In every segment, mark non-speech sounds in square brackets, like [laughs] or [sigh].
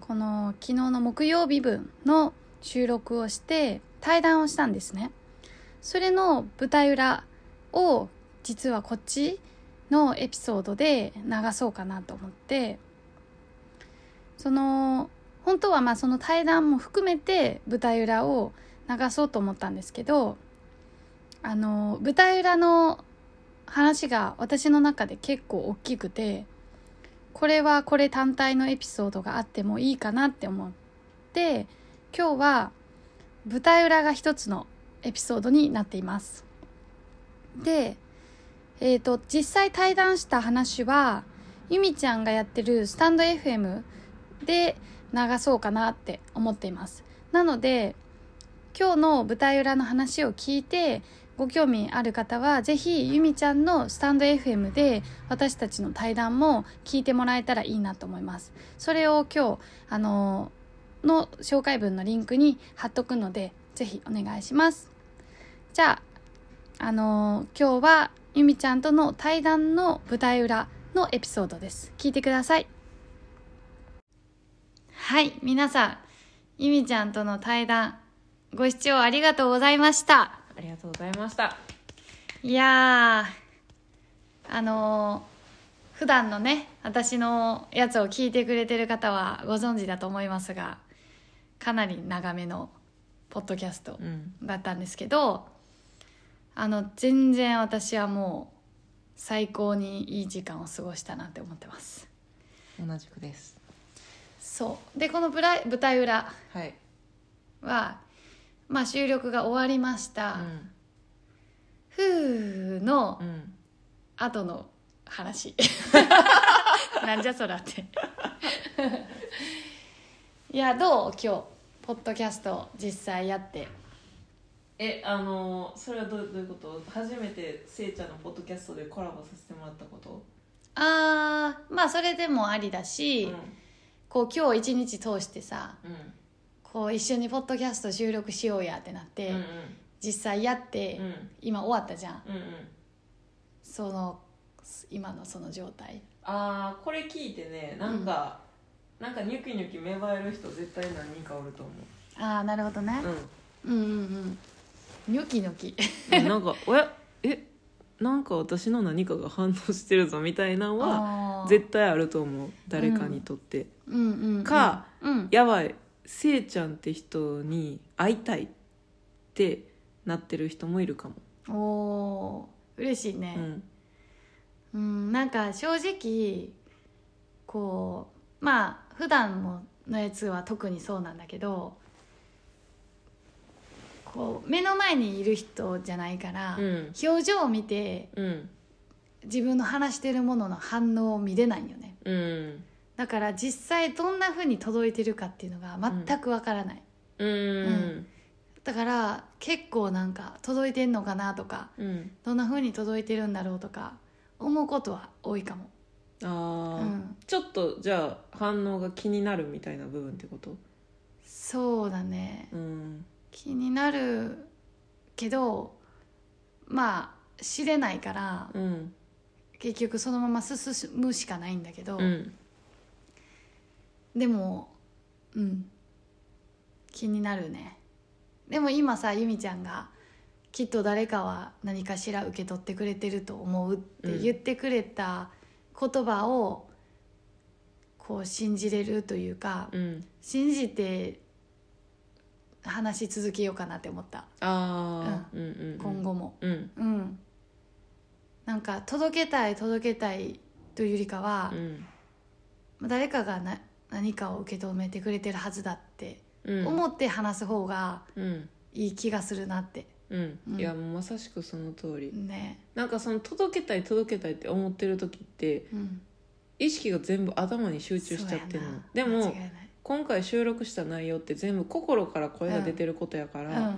この昨日の木曜日分の収録をして対談をしたんですね。それの舞台裏を実はこっちのエピソードで流そうかなと思ってその本当はまあその対談も含めて舞台裏を流そうと思ったんですけどあの舞台裏の話が私の中で結構大きくてこれはこれ単体のエピソードがあってもいいかなって思って今日は舞台裏が一つのエピソードになっています。でえー、と実際対談した話はゆみちゃんがやってるスタンド FM で流そうかなって思っていますなので今日の舞台裏の話を聞いてご興味ある方はぜひゆみちゃんのスタンド FM で私たちの対談も聞いてもらえたらいいなと思いますそれを今日あのーの紹介文のリンクに貼っとくのでぜひお願いしますじゃああのー今日はゆみちゃんとの対談の舞台裏のエピソードです聞いてくださいはい皆さんゆみちゃんとの対談ご視聴ありがとうございましたありがとうございました。いやーあのー普段のね私のやつを聞いてくれてる方はご存知だと思いますがかなり長めのポッドキャストうん。だったんですけどあの全然私はもう最高にいい時間を過ごしたなって思ってます同じくです。そうでこのブラ舞台裏はい。は、まあ、収録が終わりましたうん。 「ふう」のうん。後の [laughs] 話なんじゃそらって [laughs] いやどう今日ポッドキャスト実際やってえ、あのーそれはどうどういうこと？初めてせいちゃんのポッドキャストでコラボさせてもらったこと？あーまあそれでもありだし、うん。こう今日一日通してさうん。こう一緒にポッドキャスト収録しようやってなって、うん実際やって、うん。うん。今終わったじゃんうんうん。その今のその状態ああ、これ聞いてね、なんか、なんかニョキニョキ芽生える人絶対何人かおると思ああなるほどねう。、うん、うんうんニョキニョキうん。 [laughs] なんか、おや、え、なんか私の何かが反応してるぞみたいなのあー対あると思う。とって。うんうんうんかうんやばいせいちゃんって人に会いたいってなってる人もいるかも、おおー嬉しいうねんうん、なんか正直こうまあ普段ものやつは特にそうなんだけどこう目の前にいる人じゃないから、うん表情を見てうん自分の話してるものの反応を見れないよねうんだから実際どんな風に届いてるかっていうのが全くわからない、うんだから結構なんか届いてんのかなとかうんどんな風に届いてるんだろうとか思うことは多いかも、うあー、ん、ちょっとじゃあ反応が気になるみたいな部分ってことそうだねうん気になるけどまあ知れないからうん結局そのまま進むしかないんだけど、うんでもうん気になるねでも今さゆみちゃんがきっと誰かは何かしら受け取ってくれてると思うって言ってくれた言葉をこう信じれるというか、うん信じて話し続けようかなって思ったああ、うん、うんうん今後もうんうん、なんか届けたい届けたいというよりかはう、ん誰かがな何かを受け止めてくれてるはずだってうん思って話す方がうんいい気がするなってうんうんいやもうまさしくその通りねなんかその届けたい届けたいって思ってる時ってうん意識が全部頭に集中しちゃってるのそうでやな間も違いない今回収録した内容って全部心から声が出てることやから、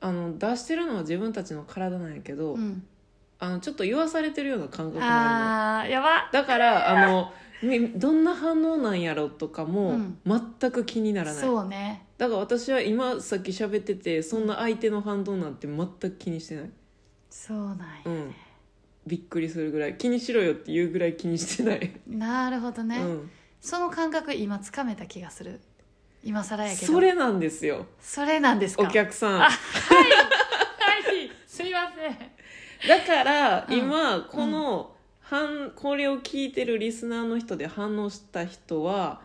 あの出してるのは自分たちの体なんやけど、うん、うんあのちょっと言わされてるような感覚もああーやるばのだからあのみどんな反応なんやろとかうもん全く気にならない、そうねだから私は今さっき喋っててそんな相手の反応なんて全く気にしてないそうなんや、うんびっくりするぐらい気にしろよっていうぐらい気にしてない、なるほどね、うん、その感覚今つかめた気がする今更やけどそれなんですよそれなんですかお客さんあはいすいませんだからうん今、この反これを聞いてるリスナーの人で反応した人は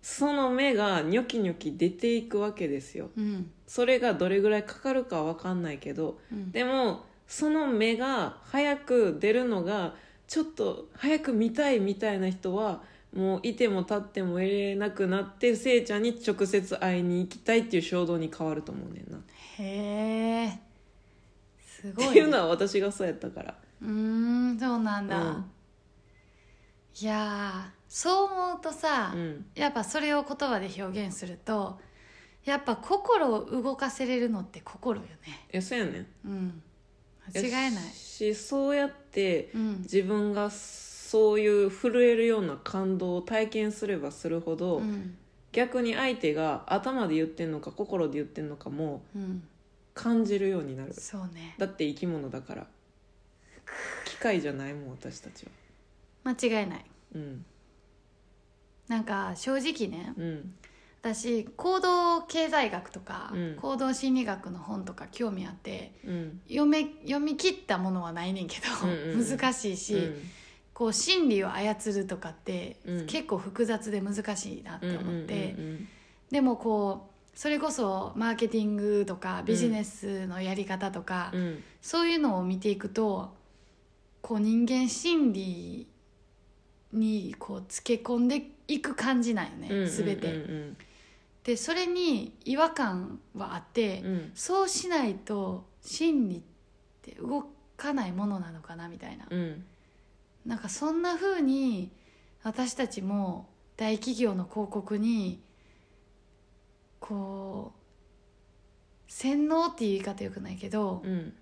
その目がニョキニョキ出ていくわけですようんそれがどれぐらいかかるかわかんないけどうんでもその目が早く出るのがちょっと早く見たいみたいな人はもういても立ってもいれなくなってせいちゃんに直接会いに行きたいっていう衝動に変わると思うねんな、へえすごい、ね、っていうのは私がそうやったからうーんそうなんだ、うんいやーそう思うとさ、うんやっぱそれを言葉で表現するとやっぱ心を動かせれるのって心よねいやそうやねんうん間違いないしそうやってうん自分がそういう震えるような感動を体験すればするほど、うん逆に相手が頭で言ってんのか心で言ってんのかもうん感じるようになるそうねだって生き物だから機械じゃないもん私たちは間違いないうんなんか正直ねうん私行動経済学とか、うん行動心理学の本とか興味あってうん読め読み切ったものはないねんけど、うんうんうん難しいし、うんこう心理を操るとかって、うん結構複雑で難しいなって思って、うんでもこうそれこそマーケティングとかビジネスのやり方とか、うんうんそういうのを見ていくとこう人間心理にこうつけ込んでいく感じなんよね、うんうん全て。うんでそれに違和感はあって、うんうんそうしないと心理って動かないものなのかなみたいな、うんなんかそんな風に私たちも大企業の広告にこう洗脳っていう言い方よくないけど、うん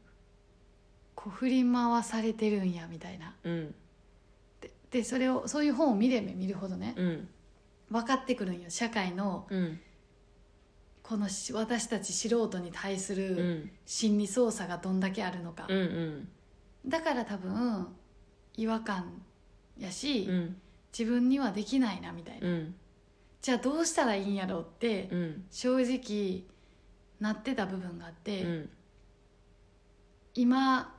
こう振り回されてるんやみたいなうんででそれをそういう本を見れば見るほどねうん分かってくるんよ社会のうんこのし私たち素人に対すうんうるん心理操作がどんだけあるのか、うんだから多分違和感やし、うん自分にはできないなみたいな、うんじゃあどうしたらいいんやろうって、うん正直なってた部分があって、うん今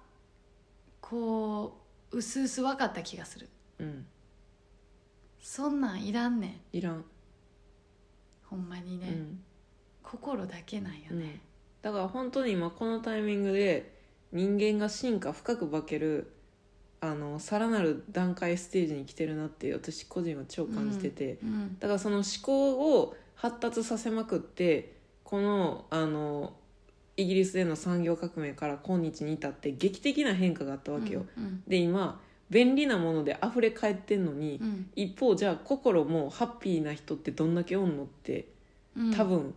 こううすうす分かった気がするうんそんなんいらんねんいらん、ほんまにね、うん心だけなんようね、んだから本当に今このタイミングで人間が進化深く化けるあのさらなる段階ステージに来てるなって私個人は超感じてて、うんだからその思考を発達させまくってこのあのイギリスでの産業革命から今日に至って劇的な変化があったわけよ、うんで今便利なもので溢れ返ってんのに、うん一方じゃあ心もハッピーな人ってどんだけおんのってうん多分、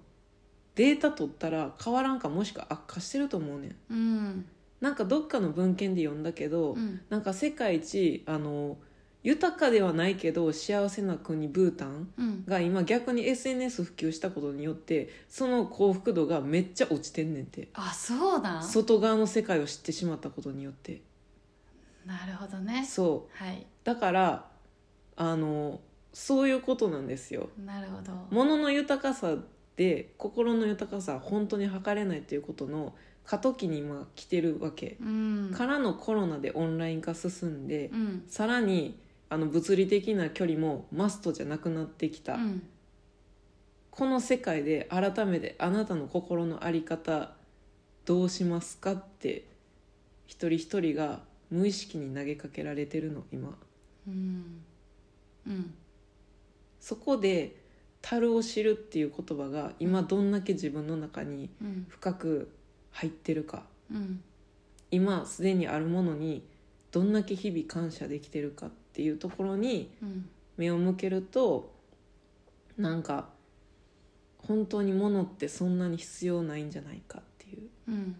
データ取ったら変わらんかもしくは悪化してると思うねんうんなんかどっかの文献で読んだけど、うんなんか世界一あの豊かではないけど幸せな国ブータンうんが今逆に SNS 普及したことによってその幸福度がめっちゃ落ちてんねんてあそうなん外側の世界を知ってしまったことによってなるほどねそうはいだからあのそういうことなんですよなるほど物の豊かさって心の豊かさは本当に測れないということの過渡期に今来てるわけ、うんからのコロナでオンライン化進んで、うんさらにあの物理的な距離もマストじゃなくなってきた、うんこの世界で改めてあなたの心の在り方どうしますかって一人一人が無意識に投げかけられてるの今うんうんそこで「樽を知る」っていう言葉が今どんだけ自分の中にうん深く入ってるかうん今すでにあるものにどんだけ日々感謝できてるかっていうところにうん目を向けるとなんか本当に物ってそんなに必要ないんじゃないかっていううん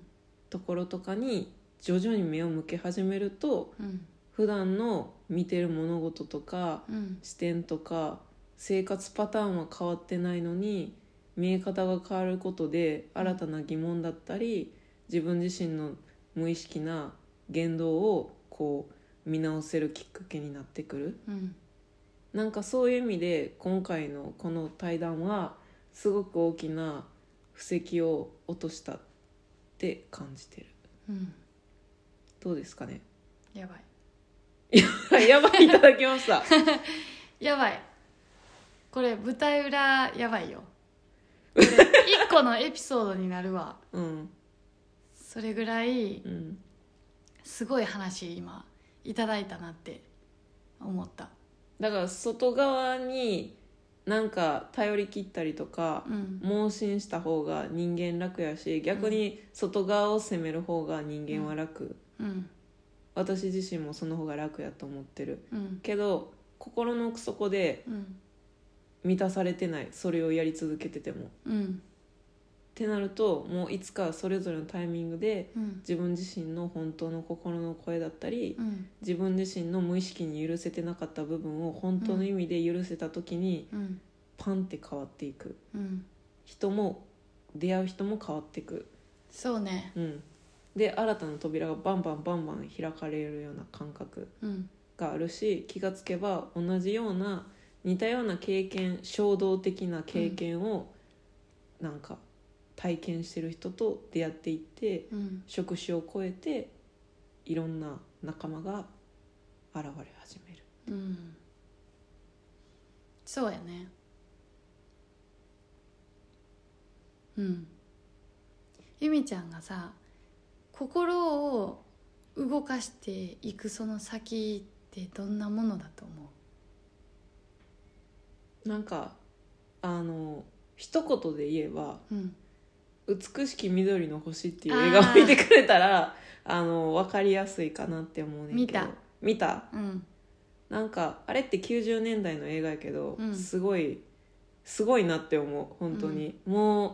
ところとかに徐々に目を向け始めるとうん普段の見てる物事とかうん視点とか生活パターンは変わってないのに見え方が変わることで新たな疑問だったり自分自身の無意識な言動をこう見直せるきっかけになってくるうんなんかそういう意味で今回のこの対談はすごく大きな布石を落としたって感じてるうんどうですかね [laughs] やばいやばいいただきましたやばいこれ舞台裏やばいよこれ一個のエピソードになるわうんそれぐらいうんすごい話今いただいたなって思っただから外側になんか頼り切ったりとかうん盲信した方が人間楽やし逆に外側を責める方が人間は楽、うん私自身もその方が楽やと思ってるうんけど心の奥底でうん満たされてないそれをやり続けててもっうんてなるともういつかそれぞれのタイミングでうん自分自身の本当の心の声だったりうん自分自身の無意識に許せてなかった部分を本当の意味で許せた時にうんパンって変わっていく。うん人も出会う人も変わっていく、そうねうん、で新たな扉がバンバンバンバン開かれるような感覚うんがあるし気がつけば同じような似たような経験衝動的な経験をなんか体験してる人と出会っていってうん職種を超えていろんな仲間が現れ始めるうんそうやねうんゆみちゃんがさ心を動かしていくその先ってどんなものだと思なんかあの一言で言えばううん美しき緑の星っていう映画を見てくれたらあの分かりやすいかなって思うねんけど見た見たうんなんかあれって90年代の映画やけど、うんすごいすごいなって思う本当に、も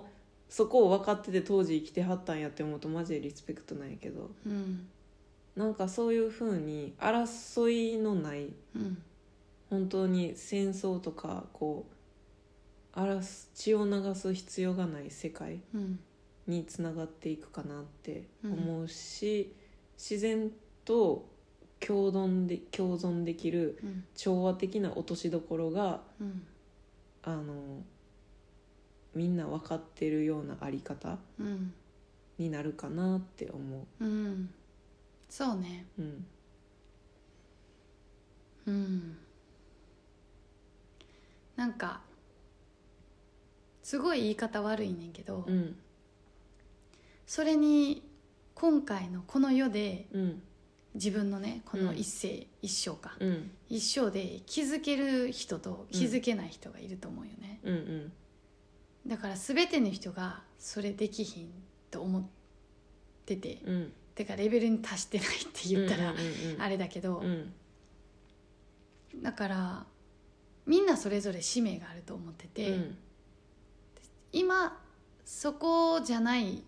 うそこを分かってて当時生きてはったんやって思うとマジでリスペクトなんやけどうんなんかそういう風に争いのないうん本当に戦争とかこう争す血を流す必要がない世界うんにつながっていくかなって思うし、自然と共存で共存できるうん調和的な落としどころがうんあのみんな分かってるようなあり方うんになるかなって思うんそうねう、うん、うんなんかすごい言い方悪いねんけど、うんそれに今回のこの世でうん自分のねこうのん一世、一生か、うん一生で気づける人と気づけない人がいると思うよね、うんうんだから全ての人がそれできひんと思ってて、うんてかレベルに達してないって言ったらうんうんうんあれだけど、うんだからみんなそれぞれ使命があると思ってて、うん今そこじゃない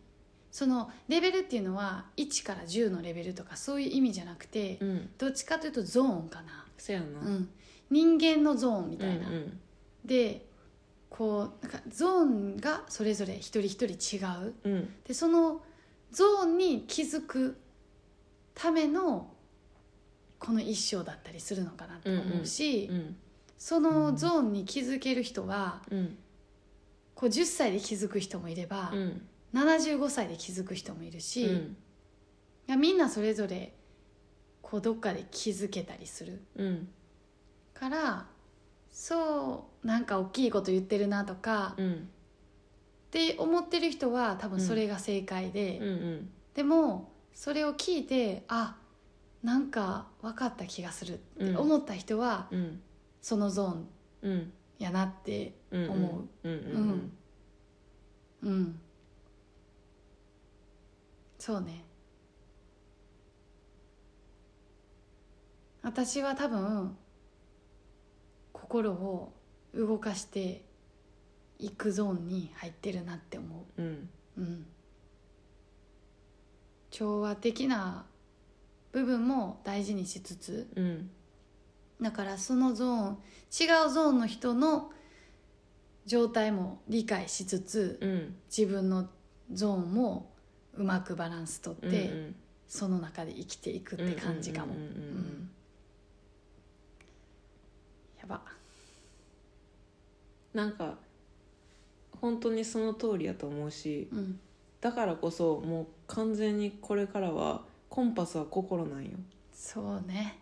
そのレベルっていうのは1から10のレベルとかそういう意味じゃなくて、うんどっちかというとゾーンかな、そやな、うん人間のゾーンみたいな、うんうんでこうなんかゾーンがそれぞれ一人一人違ううんでそのゾーンに気づくためのこの一生だったりするのかなと思うし、うんそのゾーンに気づける人はうんここう10歳で気づく人もいれば、うん75歳で気づく人もいるし、ういんやみんなそれぞれこうどっかで気づけたりするうんからそうなんか大きいこと言ってるなとか、うっんて思ってる人は多分それが正解で、うんうんでもそれを聞いてあなんか分かった気がするって思った人はうんそのゾーンうんやなってうん思うんうんうんそうね私は多分心を動かしていくゾーンに入ってるなって思うんうんううん調和的な部分も大事にしつつうんだからそのゾーン違うゾーンの人の状態も理解しつつ、うん自分のゾーンもうまくバランスとって、うんその中で生きていくって感じかもうんうんうんうんうんやばなんか本当にその通りやと思うしうんだからこそもう完全にこれからはコンパスは心なんよそうね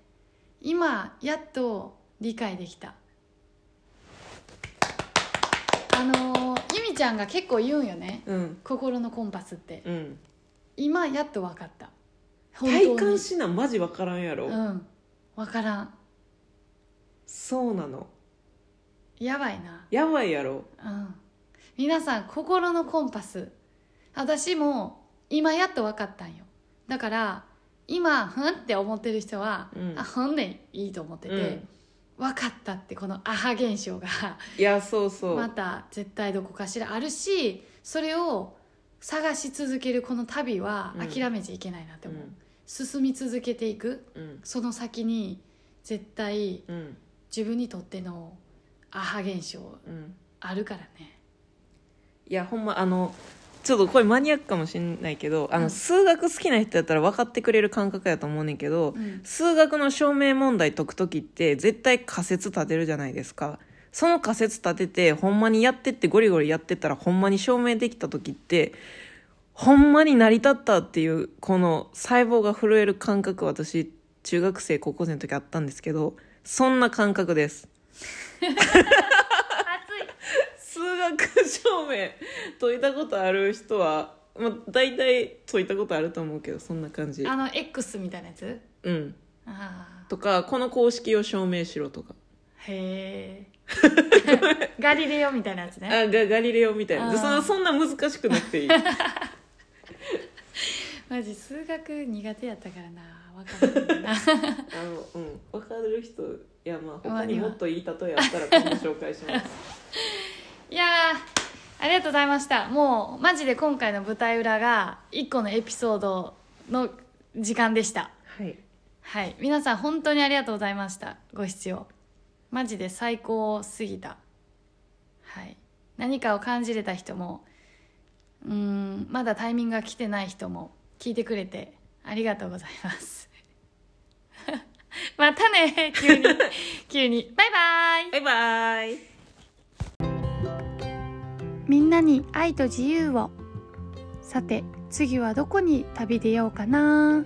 今やっと理解できたあのーゆみちゃんが結構言うんよねうん心のコンパスってうん今やっと分かった本体感しなマジ分からんやろ、うん分からんそうなのやばいなやばいやろうん、皆さん心のコンパス私も今やっと分かったんよだから今ふんって思ってる人は、うんあふんでいいと思ってて、うん分かったってこのアハ現象がいやそうそう、また絶対どこかしらあるしそれを探し続けるこの旅はうん諦めちゃいけないなってう思う、ん進み続けていくうんその先に絶対うん自分にとってのアハ現象うんあるからねいやほんまあのちょっとこれマニアックかもしんないけどあの、うん数学好きな人やったら分かってくれる感覚やと思うねんけど、うん数学の証明問題解く時って絶対仮説立てるじゃないですかその仮説立ててほんまにやってってゴリゴリやってったらほんまに証明できた時ってほんまに成り立ったっていうこの細胞が震える感覚私中学生高校生の時あったんですけどそんな感覚です熱い数学証明解いたことある人は、まあ、大体解いたことあると思うけどそんな感じあの X みたいなやつうんああとかこの公式を証明しろとかへえ [laughs] ガリレオみたいなやつねあがガリレオみたいあなーそんなそんな難しくなく [laughs] ていいマジ数学苦手やったからな分かんないな [laughs] あの、うん、分かる人いやまあまあ他にもっといい例えあったら今度紹介しますいやーありがとうございましたもうマジで今回の舞台裏が1個のエピソードの時間でしたはい [laughs] はい皆さん本当にありがとうございましたご視聴マジで最高すぎたはい何かを感じれた人もうーんまだタイミングが来てない人も聞いてくれてありがとうございます [laughs] またね急 [laughs] に急にバイバイバイバーイみんなに愛と自由をさて次はどこに旅出ようかな